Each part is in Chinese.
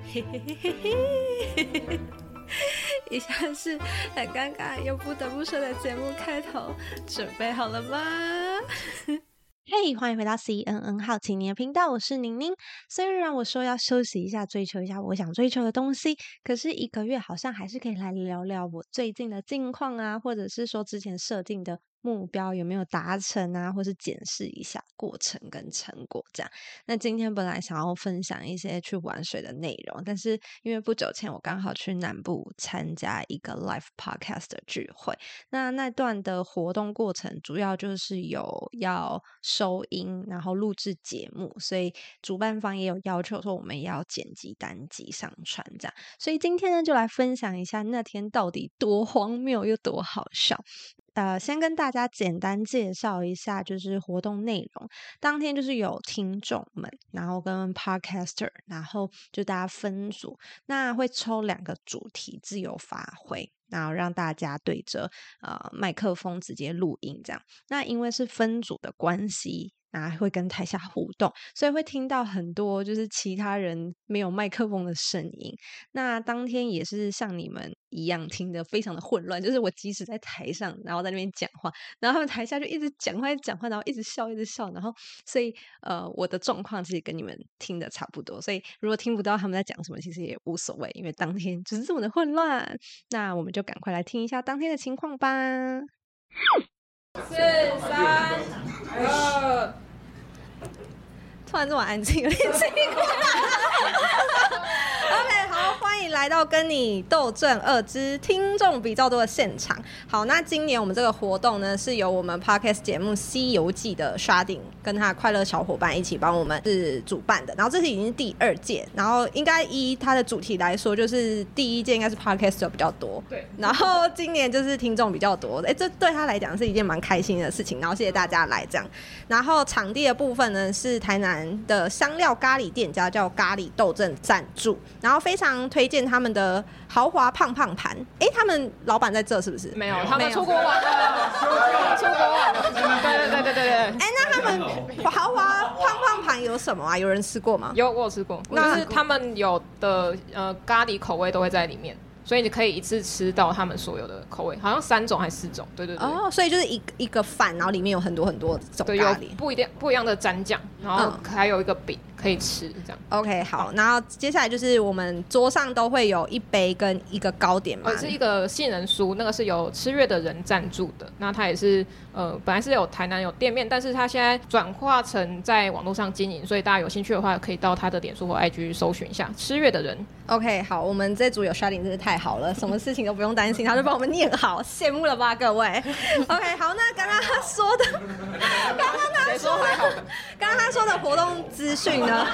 嘿嘿嘿嘿嘿嘿嘿。 以下是很尴尬又不得不说的节目开头，准备 好了吗？嘿欢迎回到 CNN 好奇你的频道，我是宁宁。虽然我说要休息一下，追求一下我想追求的东西，可是一个月好像还是可以来聊聊我最近的近况啊，或者是说之前设定的目标有没有达成啊，或是检视一下过程跟成果这样。那今天本来想要分享一些去玩水的内容，但是因为不久前我刚好去南部参加一个 live podcast 的聚会，那那段的活动过程主要就是有要收音，然后录制节目，所以主办方也有要求说我们要剪辑单集上传这样。所以今天呢，就来分享一下那天到底多荒谬又多好笑。呃，先跟大家简单介绍一下，就是活动内容。当天就是有听众们，然后跟 podcaster，然后就大家分组，那会抽两个主题自由发挥，然后让大家对着呃麦克风直接录音这样。那因为是分组的关系。啊，会跟台下互动，所以会听到很多就是其他人没有麦克风的声音。那当天也是像你们一样听得非常的混乱，就是我即使在台上，然后在那边讲话，然后他们台下就一直讲话、一直讲话，然后一直笑、一直笑，然后所以呃，我的状况其实跟你们听的差不多。所以如果听不到他们在讲什么，其实也无所谓，因为当天就是这么的混乱。那我们就赶快来听一下当天的情况吧。四三二，突然这么安静，有点奇怪。OK，好，欢迎来到跟你斗阵二之听众比较多的现场。好，那今年我们这个活动呢，是由我们 Podcast 节目《西游记》的刷顶跟他的快乐小伙伴一起帮我们是主办的。然后这是已经是第二届，然后应该依它的主题来说，就是第一届应该是 Podcast 比较多，对然后今年就是听众比较多，哎、这对他来讲是一件蛮开心的事情。然后谢谢大家来这样。然后场地的部分呢，是台南的香料咖喱店家叫咖喱豆阵赞助，然后非常推荐他们的豪华胖胖盘。哎，他们老板在这是不是？没有，他没有们出国玩了， 出国玩了。对对对对对对，哎，那他们豪华胖胖盘有什么啊？有人吃过吗？有我有吃过，那就是他们有的呃咖喱口味都会在里面，所以你可以一次吃到他们所有的口味，好像三种还是四种。对对对，哦，所以就是一一个饭，然后里面有很多很多种对有咖喱。不一定不一样的蘸酱，然后还有一个饼可以吃这样。 OK，好，然后接下来就是我们桌上都会有一杯跟一个糕点嘛呃，，是一个杏仁酥，那个是由吃月的人赞助的。那它也是呃，本来是有台南有店面，但是它现在转化成在网络上经营，所以大家有兴趣的话，可以到他的脸书或 IG 搜寻一下吃月的人。 OK，好，我们这组有刷顶真是太好了，什么事情都不用担心，他就帮我们念好，羡慕了吧各位？OK，好，那刚刚他说的，刚刚他说的，刚刚他说的活动资讯呢？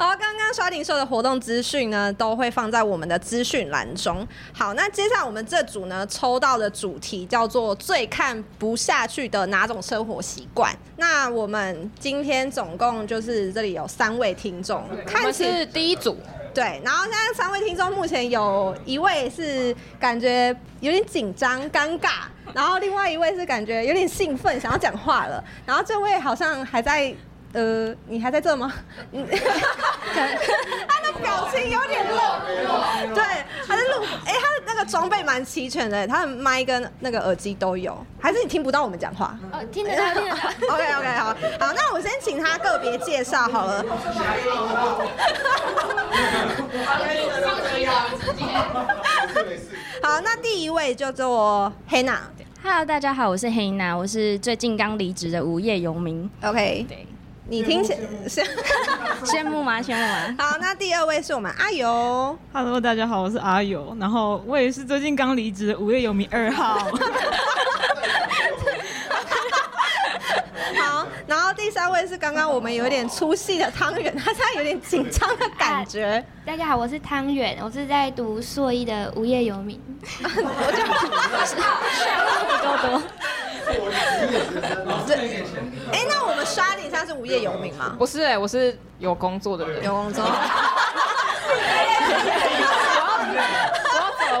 好，刚刚刷顶说的活动资讯呢，都会放在我们的资讯栏中。好，那接下来我们这组呢抽到的主题叫做“最看不下去的哪种生活习惯”。那我们今天总共就是这里有三位听众，我看们起来是第一组，对，然后现在三位听众目前有一位是感觉有点紧张、尴尬，然后另外一位是感觉有点兴奋，想要讲话了，然后这位好像还在。呃，你还在这吗？ 嗯他的表情有点愣，对，他的录，哎、他的那个装备蛮齐全的，他的麦跟那个耳机都有，还是你听不到我们讲话？哦，听得到，听得到。 OK OK 好好，那我先请他个别介绍好了。好，那第一位叫做黑娜 Hello，大家好，我是黑娜，我是最近刚离职的无业游 民， ，OK，对，你听 起是羡慕吗？羡慕吗？好。那第二位是我们阿尤， Hello，大家好，我是阿友，然后我也是最近刚离职的无业游民二号。好，然后第三位是刚刚我们有点出戏的汤圆，他现在有点紧张的感觉。大家好，我是汤圆，我是在读硕一的无业游民。哎、那我们刷你一下是无业游民吗？ 不是哎、我是有工作的人。有工作。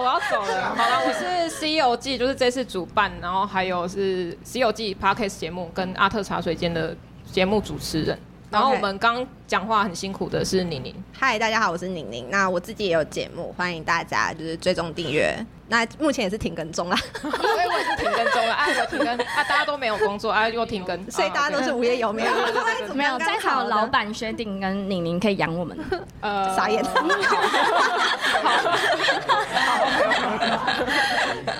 我要走了，我要走 了。好了，我是《西游记》，就是这次主办，然后还有是《西游记》Podcast 节目跟阿特茶水间的节目主持人。然后 OK 我们刚讲话很辛苦的是宁 宁，嗨，大家好，我是宁宁。那我自己也有节目，欢迎大家就是追踪订阅。那目前也是停更中啦，所以我已经停更中了，哎，我停 更，啊，大家都没有工作，啊，又停更，所以大家都是无业游民。啊没有，刚再好好的老板薛定跟宁宁可以养我们。呃傻眼。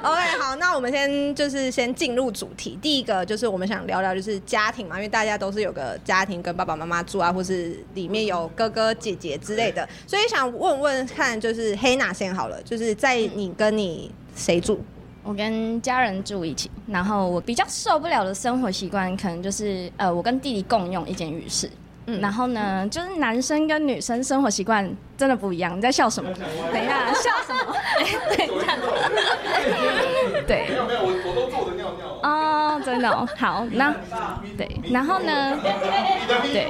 OK，好，那我们先就是先进入主题。第一个就是我们想聊聊就是家庭嘛，因为大家都是有个家庭跟爸爸妈妈住啊，或是里面有哥哥姐姐之类的，所以想问问看，就是黑娜先好了，就是在你跟你谁住？我跟家人住一起，然后我比较受不了的生活习惯，可能就是呃，我跟弟弟共用一间浴室。嗯然后呢，就是男生跟女生生活习惯真的不一样。你在笑什么？嗯等一下，笑什 么？哎等一下，对没，有没有，我我都坐着尿尿。哦，真的、哦，好，那对，然后呢，对，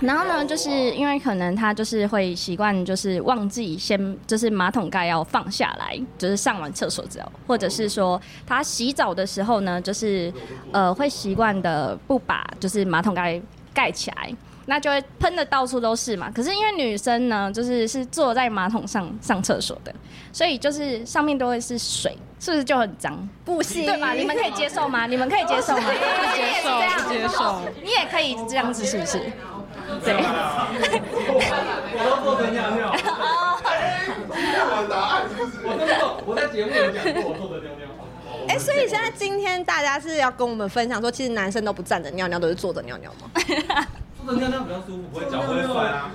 然后呢，就是因为可能他就是会习惯，就是忘记先就是马桶盖要放下来，就是上完厕所之后，或者是说他洗澡的时候呢，就是呃会习惯的不把就是马桶盖盖起来。那就会喷的到处都是嘛。可是因为女生呢，就是呃是坐在马桶上上厕所的，所以就是上面都会是水，是不是就很脏？不行， 对吧？你们可以接受吗？你们可以接受吗？不接受，不接受。你也可以这样子，是不是？对，哦我都坐着尿尿。我答案是不是？我都坐，我在节目里讲过，我坐着尿尿。 哎、所以现在今天大家是要跟我们分享说，其实男生都不站着尿尿，都是坐着尿尿吗？坐着尿尿比较舒服，不会脚不会酸啊。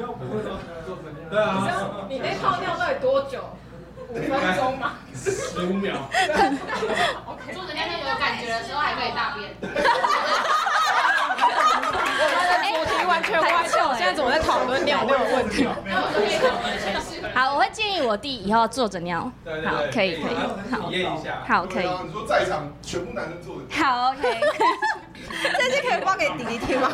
对啊，你那哎泡尿到底多久？五分钟吗？十五秒。坐着尿尿有感觉的时候还可以大便。哎主题完全歪掉，现在怎么在讨论尿尿的问题？好，我会建议我弟以后坐着尿。对对对好，可以，可以，好体，验一下。好，可以，啊你说在场全部男生坐着。好，OK。 这是可以播给弟弟听吗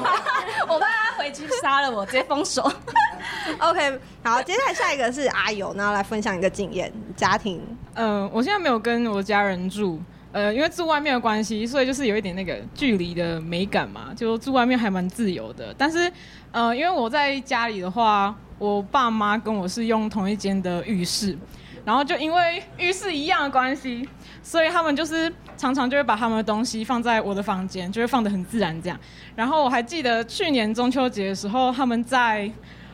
我怕他回去杀了我，直接封锁。 ？OK，好，接下来下一个是阿友，那来分享一个经验，家庭呃，我现在没有跟我家人住，呃，因为住外面的关系，所以就是有一点那个距离的美感嘛，就住外面还蛮自由的。但是，呃，因为我在家里的话，我爸妈跟我是用同一间的浴室，然后就因为浴室一样的关系，所以他们就是常常就会把他们的东西放在我的房间，就会放得很自然这样。然后我还记得去年中秋节的时候，他们在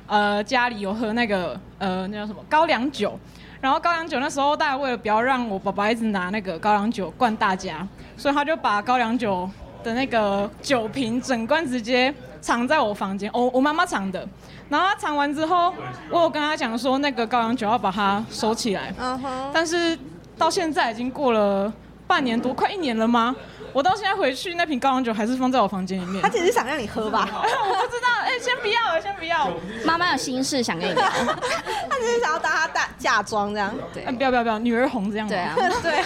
呃家里有喝那个呃那叫什么高粱酒，然后高粱酒那时候大家为了不要让我爸爸一直拿那个高粱酒灌大家，所以他就把高粱酒的那个酒瓶整罐直接藏在我房间，哦我我妈妈藏的。然后他藏完之后，我有跟他讲说那个高粱酒要把它收起来，嗯哼，但是到现在已经过了半年多，快一年了吗？我到现在回去那瓶高粱酒还是放在我房间里面他。只是想让你喝吧，我不知道，哎、先不要了，先不要。妈妈有心事想跟你聊，嗯 他只是想要当他大嫁妆这样。哎、不要不要不要，女儿红这样。对啊。对，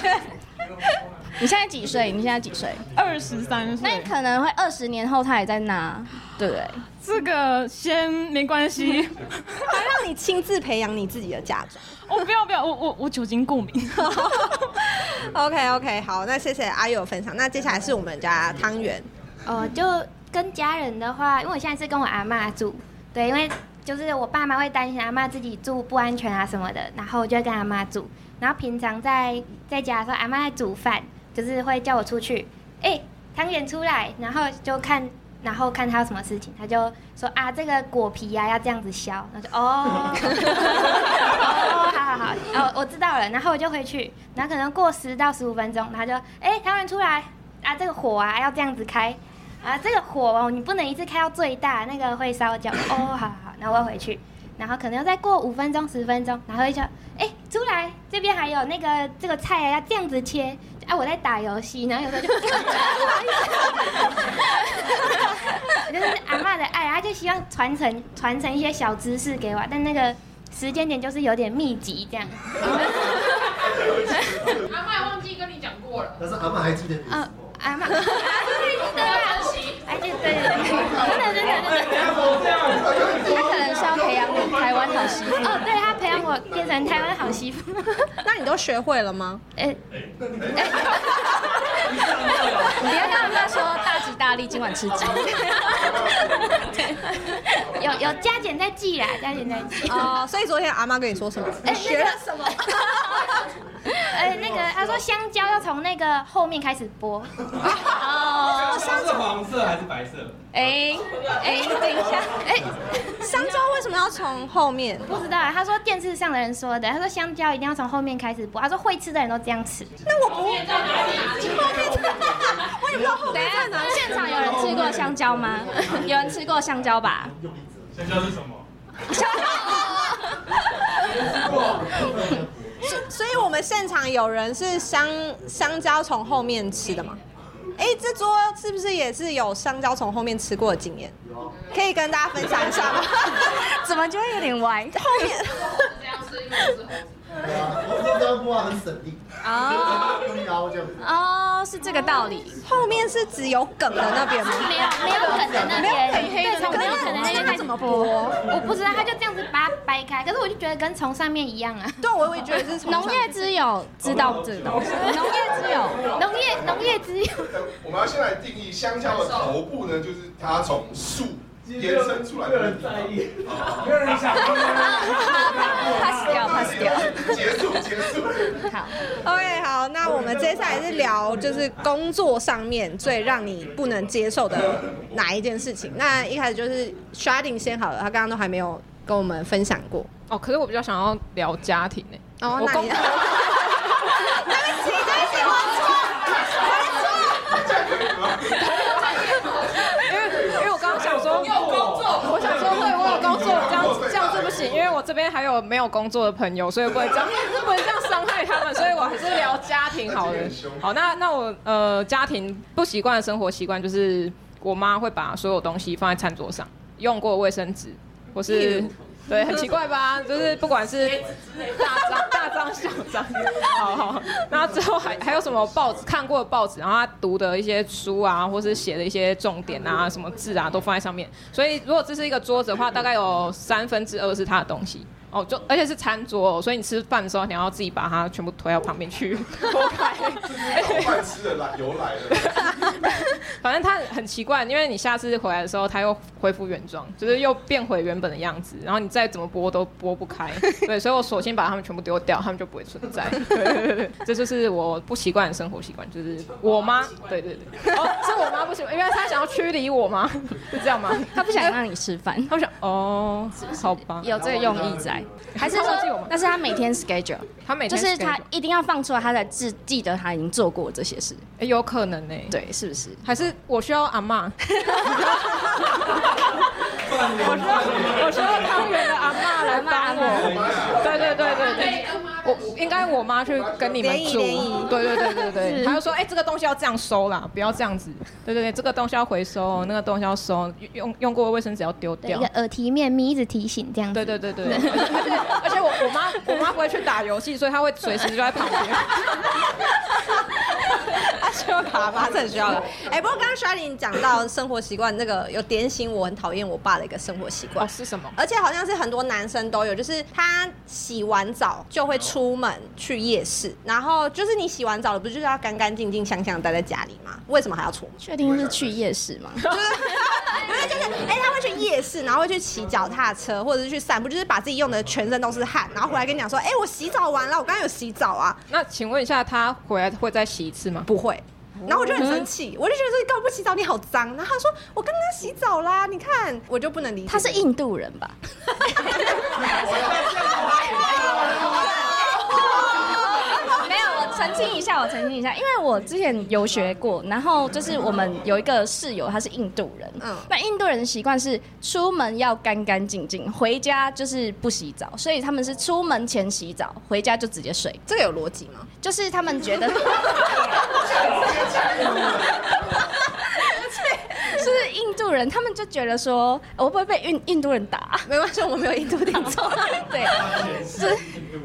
你现在几岁？你现在几岁？嗯二十三岁那，你可能会二十年后他也在那，对不对？这个先没关系。他让你亲自培养你自己的嫁 妆。我哦不要不要，我我我酒精过敏。 OK OK，好，那谢谢阿友的分享。那接下来是我们家汤圆，哦，就跟家人的话，因为我现在是跟我阿妈住，对，因为就是我爸妈会担心阿妈自己住不安全啊什么的，然后我就会跟阿妈住。然后平常在在家的时候，阿妈在煮饭，就是会叫我出去，哎、汤圆出来，然后就看，然后看他有什么事情，他就说啊，这个果皮呀、要这样子削，然后就哦，哦，好好好，哦，我知道了，然后我就回去，然后可能过十到十五分钟，他就哎，汤圆出来啊，这个火啊要这样子开。啊，这个火哦，你不能一次开到最大，那个会烧焦。哦，好好好，那我要回去。然后可能要再过五分钟、十分钟，然后就哎出来，这边还有那个这个菜啊，要这样子切。啊，我在打游戏，然后有时候就，就是阿嬷的爱，她就希望传承传承一些小知识给我，但那个时间点就是有点密集这样。阿妈忘记跟你讲过了，但是阿妈还记得你嗯、阿嬷，对珍惜。哎，对对对，真的真的真的。他可能是要培养你台湾好媳妇。 哦，对他培养我变 成台湾好媳妇。那你都学会了吗？哎、你要跟阿妈说大吉大利，今晚 吃鸡。有有加减再记啦，加减再记。 哦，所以昨天阿妈跟你说什么？你学了什么？哎、那个他说香蕉要从那个后面开始剥，哦，是黄色还是白色？哎哎，等一下，哎、 香蕉为什么要从后面？不知道啊，他说电视上的人说的，他说香蕉一定要从后面开始剥，他说会吃的人都这样吃。那我不后面在哪里？我也不知道后等面一在哪下，现场有人吃过香蕉吗？有人吃过香蕉吧？香蕉是什么？香所所以我们现场有人是香香蕉从后面吃的吗？哎、这桌是不是也是有香蕉从后面吃过的经验？可以跟大家分享一下吗？怎么就会有点歪？后面 这样吃，因为我是猴子对啊，我这张布啊很省力，哦用腰这样子。哦，是这个道理。后面是只有梗的那边吗？没有没有梗的那边，对，从没有梗的那边那开个始怎么播？我不知道，他就这样子把它掰开，可是我就觉得跟从上面一样 啊。对，我也觉得是从农业之友知道这个东西，农业之友。农业农业之 友，我们要先来定义香蕉的头部呢，就是它从树延伸出来没有的人地在方。意，没有人想。 pass 掉，pass 掉。结束，结束。好， OK，好，那我们接下来是聊就是工作上面最让你不能接受的哪一件事情？那一开始就是 Sharding 先好了，他刚刚都还没有跟我们分享过。哦，可是我比较想要聊家庭呢、哦， 我那 工你对不起，对不起， 我因为因为我刚刚想说，我想说，对我有工作，这样这样是不行，因为我这边还有没有工作的朋友，所以不能这样，不能这样伤害他们，所以我还是聊家庭好了。好，那那我呃，家庭不习惯的生活习惯就是，我妈会把所有东西放在餐桌上，用过的卫生纸，或是。对，很奇怪吧？就是不管是大张、大张、小张，好好。然后之后还还有什么报纸看过的报纸，然后他读的一些书啊，或是写的一些重点啊、什么字啊，都放在上面。所以如果这是一个桌子的话，大概有三分之二是他的东西。哦，就而且是餐桌、哦，所以你吃饭的时候，你要自己把它全部推到旁边去拖开。老饭吃的来由来了，反正他很奇怪，因为你下次回来的时候，他又恢复原状，就是又变回原本的样子，然后你再怎么剥都剥不开。对，所以我索性把他们全部丢掉，他们就不会存在。 对对对对，这就是我不习惯的生活习惯，就是我妈，对对对， 哦，是我妈不习惯，因为她想要驱离我吗？ 是这样吗？他不想让你吃饭，他们想，哦，好吧，有这个用意在，还是忘记我说们那是他每天 schedule，他每就天是他 schedule 一定要放出来，他才记记得他已经做过这些事，诶欸有可能呢、对，对，是不是？还是我需要阿妈。我需要 我需要汤圆的阿妈来帮我。对对对对对，我应该我妈去跟你们联谊住联谊。对对对对对，她就说，哎，这个东西要这样收啦，不要这样子。对对对，这个东西要回收，那个东西要收，用用过的卫生纸要丢对，一掉个。耳提面命，一直提醒这样子。对对对对，而且而且我我妈我妈不会去打游戏，所以她会随时就在旁边。他 需要卡吧，这很需要的。哎，不过刚刚 Sharding 讲到生活习惯，那个有点醒我很讨厌我爸的一个生活习惯哦，。是什么？而且好像是很多男生都有，就是他洗完澡就会出门去夜市，然后就是你洗完澡了，不就是要干干净净、香香地待在家里吗？为什么还要出门？确定是去夜市吗？就是因为就是 哎、他会去夜市，然后会去骑脚踏车，或者是去散步，就是把自己用的全身都是汗，然后回来跟你讲说，哎、我洗澡完了，我刚刚有洗澡啊，那请问一下，她回来会再洗一次吗？不会。哦然后我就很生气，我就觉得说你干嘛不洗澡，你好脏。然后他说我刚刚洗澡啦，你看我就不能理解。他是印度人吧？ 没有，我澄清一下，我澄清一下，因为我之前游学过，然后就是我们有一个室友，他是印度人，嗯嗯，那印度人的习惯是出门要干干净净，回家就是不洗澡，所以他们是出门前洗澡，回家就直接睡，这个有逻辑吗？就是他们觉得。 是印度人，他们就觉得说，我会不会被印印度人打？没关系，我们没有印度听 众。对，是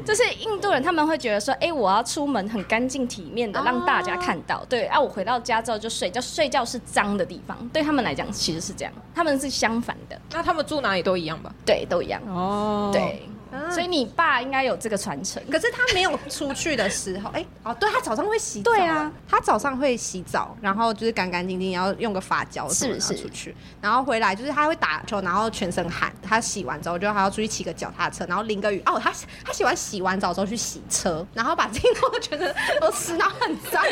就是印度人，他们会觉得说，哎、我要出门很干净体面的，让大家看到。对，啊，我回到家之后就睡觉，睡觉是脏的地方，对他们来讲其实是这样，他们是相反的，那他们住哪里都一样吧？对，都一样。哦，对，所以你爸应该有这个传承。可是他没有出去的时候，哎、哦，对他早上会洗澡，对啊，他早上会洗澡，然后就是干干净净，然后用个发胶什么的是是出去，然后回来就是他会打球，然后全身汗，他洗完之后就还要出去骑个脚踏车，然后淋个雨，哦，他他喜欢洗完澡之后去洗车，然后把自己弄得全身都湿，然后很脏， 然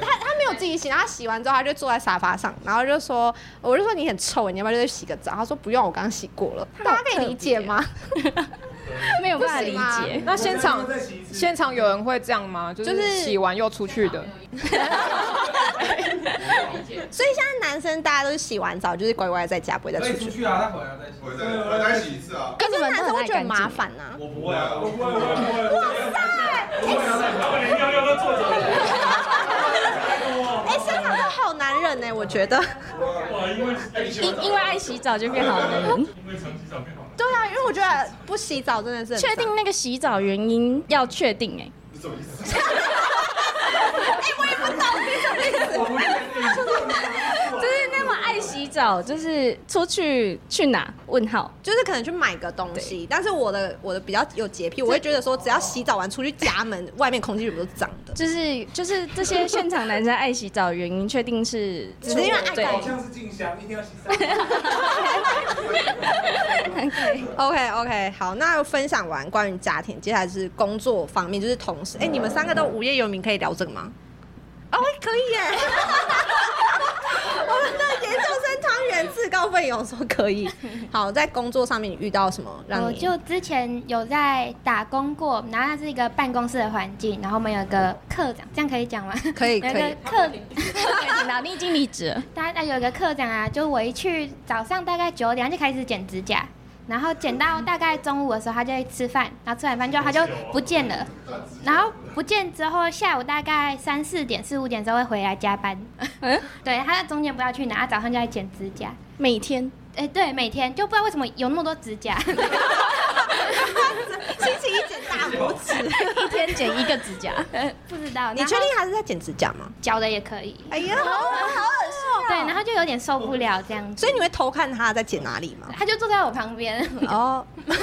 后他他没有自己洗，然后他洗完之后他就坐在沙发上，然后就说，我就说你很臭，你要不要去洗个澡？他说不用，我刚洗过了，大家可以理解吗？没有办法理不行吗解。那现场再洗一次现场有人会这样吗？就就是是洗完又出去的，所以现在男生大家都是洗完澡就是乖乖在家，不会再可出以去出。去啊，他回来再洗，我再我再洗一次啊！可是男生会觉得很麻干净。烦呐、我不会啊，我不会，我不会，我不会。哇塞！我不会啊，我连尿尿都坐着。哎、现场都好男人呢、我觉得。哇，因为哎，因因为爱洗澡就变好男人。因为长期照片好难。 对啊，因为我觉得不洗澡真的是很确定那个洗澡原因要确定哎、你什么意思？我不会。就是那么爱洗澡，就是出去去哪？问号。就是可能去买个东西，但是我的我的比较有洁癖，我会觉得说只要洗澡完出去家门，外面空气全部都是脏的。就是就是这些现场男生爱洗澡的原因，确定是只是因为爱对干好像是静香，一定要洗三次。 OK OK，好，那分享完关于家庭，接下来是工作方面，就是同事。哎、你们三个都无业游民，可以聊这个吗？哦，可以耶！ 我们的研究生汤圆自告奋勇说可以。好，在工作上面你遇到什么让我你就之前有在打工过，然后它是一个办公室的环境，然后我们有一个课长，这样可以讲吗？可以有一可以个课，哪你已经离职了，大家有一个课长啊，就我一去早上大概九点他就开始剪指甲，然后剪到大概中午的时候他就会吃饭，然后吃完饭就哎他就不见了，然后不见之后下午大概三四点四五点之后会回来加班，嗯 对，他在中间不知道去哪，他啊早上就在剪指甲，每天哎、对，每天就不知道为什么有那么多指 甲。星期一剪大拇 指？一天剪一个指甲，不知道，你确定还是在剪指甲吗？脚的也可以？哎呀，好好恶心对，然后就有点受不了这样子，所以你会偷看他在剪哪里吗？他就坐在我 旁边。哦，对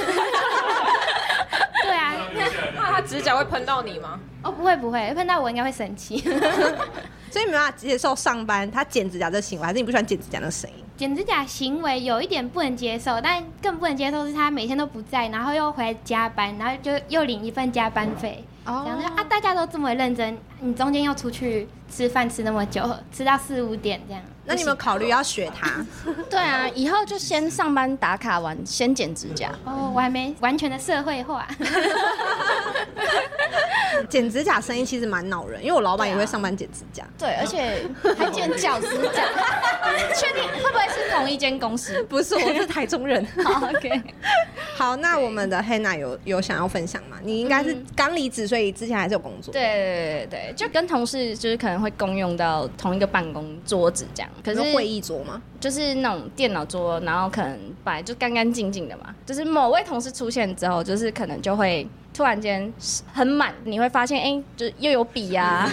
啊， 那他指甲会喷到你吗？哦不会不会，碰到我应该会生气。 所以你没办法接受上班他剪指甲这行为，还是你不喜欢剪指甲那个声音？剪指甲行为有一点不能接受，但更不能接受是他每天都不在，然后又回来加班，然后就又领一份加班费。哦然后就啊，大家都这么认真，你中间又出去吃饭吃那么久，吃到四五点这样。那你们考虑要学他？对啊，以后就先上班打卡完，先剪指甲。哦，我还没完全的社会化。 剪指甲声音其实蛮恼人，因为我老板也会上班剪指甲。对，而且还剪脚趾甲，确定会不会是同一间公司？不是，我是台中 人。好，OK，好，那我们的 Hannah 有有想要分享吗？你应该是刚离职，所以之前还是有工作。，对对对，就跟同事就是可能会共用到同一个办公桌子这样，可可是是会议桌吗？就是那种电脑桌，然后可能本来就干干净净的嘛，就是某位同事出现之后，就是可能就会突然间很满，你会发现，哎、就是又有笔呀、啊，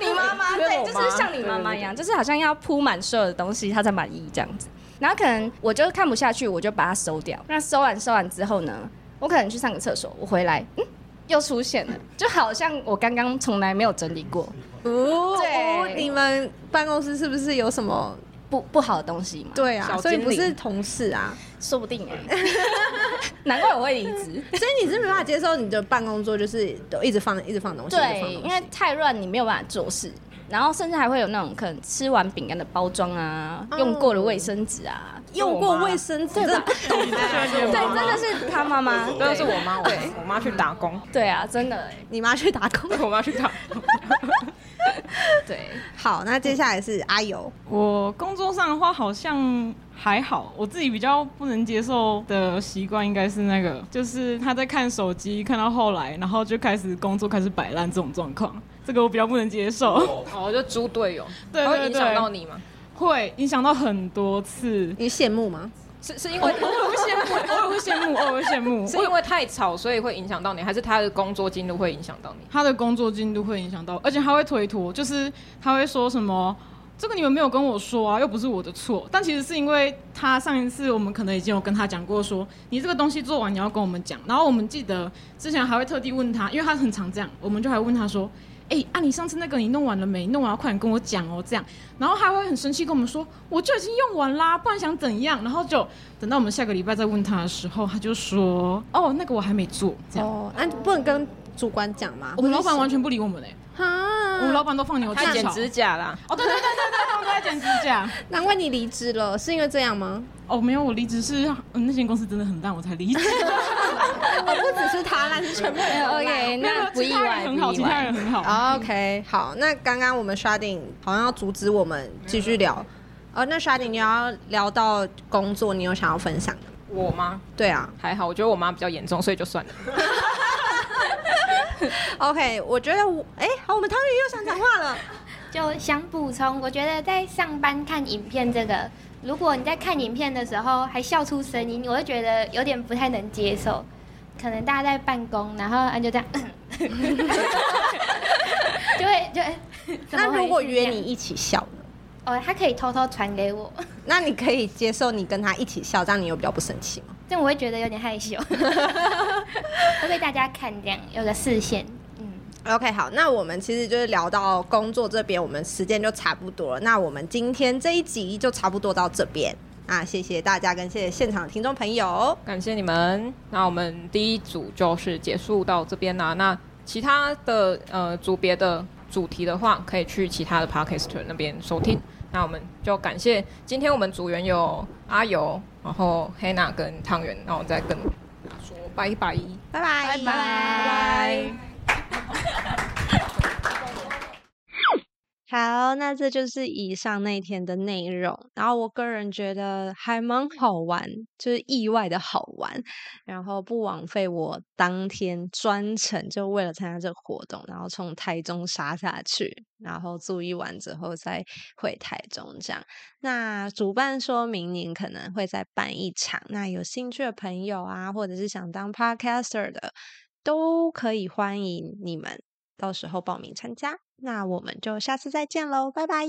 你妈妈对，就是像你妈妈一样，就是好像要铺满所有的东西，她才满意这样子。然后可能我就看不下去，我就把它收掉。那收完收完之后呢，我可能去上个厕所，我回来，嗯，又出现了，就好像我刚刚从来没有整理过哦对你们办公室是不是有什么？不不好的东西嘛。啊对啊，小所以精不是灵同事啊，说不欸定哎、 难怪我会离职。所以你是没办法接受你的办公桌就是都一直放一直放东西，一直放对，东西因为太乱，你没有办法做事。然后甚至还会有那种可能吃完饼干的包装啊，哦用过的卫生纸啊，用过卫生纸，啊 真的不懂哎。哦对，真的是他妈妈，那对是我妈，我我妈去打工，对啊，真的哎，你妈去打工。我妈去打工。对，好，那接下来是阿尤，我工作上的话好像还好，我自己比较不能接受的习惯应该是那个，就是他在看手机看到后来，然后就开始工作开始摆烂这种状况，这个我比较不能接受，哦，就猪队友，对它会对影响对到你吗？会影响到很多次。你羡慕吗？是是因 我为我也会羡慕，我也会羡慕，我也会羡慕。是因为太吵，所以会影响到你，还是他的工作进度会影响到你？他的工作进度会影响到，而且他会推脱，就是他会说什么。这个你们没有跟我说啊，又不是我的错。但其实是因为他上一次我们可能已经有跟他讲过说，你这个东西做完你要跟我们讲。然后我们记得之前还会特地问他，因为他很常这样，我们就还问他说，哎、啊你上次那个你弄完了没？你弄完要快点跟我讲哦，这样。然后他会很生气跟我们说，我就已经用完啦，不然想怎样？然后就等到我们下个礼拜再问他的时候，他就说，哦，那个我还没做，这样。哦，那、你不能跟主管讲吗我？们老板完全不理我们哎、啊，我们老板都放牛他吃剪草。指甲啦，哦，对对对对对，他们都在剪指 甲。难怪你离职了，是因为这样吗？哦，没有，我离职是、嗯、那间公司真的很烂，我才离 职。哦，不只是他烂，是全部 人都烂。 OK，没有没有 那不其意他人外，很好，不意其他外人。很好。 OK，好，那刚刚我们刷顶好像要阻止我们继续聊，哦，那刷顶你要聊到工作，你有想要分享的吗？我吗？对啊还好，我觉得我妈比较严重，所以就算了。 ，OK，我觉得我，哎、好，我们汤圆又想讲话 了，就想补充，我觉得在上班看影片这个，如果你在看影片的时候还笑出声音，我就觉得有点不太能接受。可能大家在办公，然后啊就这样， 就会就会。呃怎么那回事如果约你这样一起笑呢？哦，他可以偷偷传给我， 那你可以接受你跟他一起笑，这样你又比较不生气吗？但我会觉得有点 害羞，会被大家看这样，有个视线。嗯， OK，好，那我们其实就是聊到工作这边，我们时间就差不多了。那我们今天这一集就差不多到这边啊，谢谢大家，跟谢谢现场的听众朋友。感谢你们。那我们第一组就是结束到这边啦。那其他的呃组别的主题的话，可以去其他的 podcaster 那边收听。那我们就感谢今天我们组员有阿尤，然后黑娜跟汤圆，然后再跟大家说拜拜。拜拜，拜拜。 好，那这就是以上那一天的内容。然后我个人觉得还蛮好玩，就是意外的好玩，然后不枉费我当天专程就为了参加这个活动，然后从台中杀下去，然后住一晚之后再回台中这样。那主办说明年可能会再办一场，那有兴趣的朋友啊，或者是想当 podcaster 的，都可以欢迎你们到时候报名参加。那我们就下次再见喽，拜拜。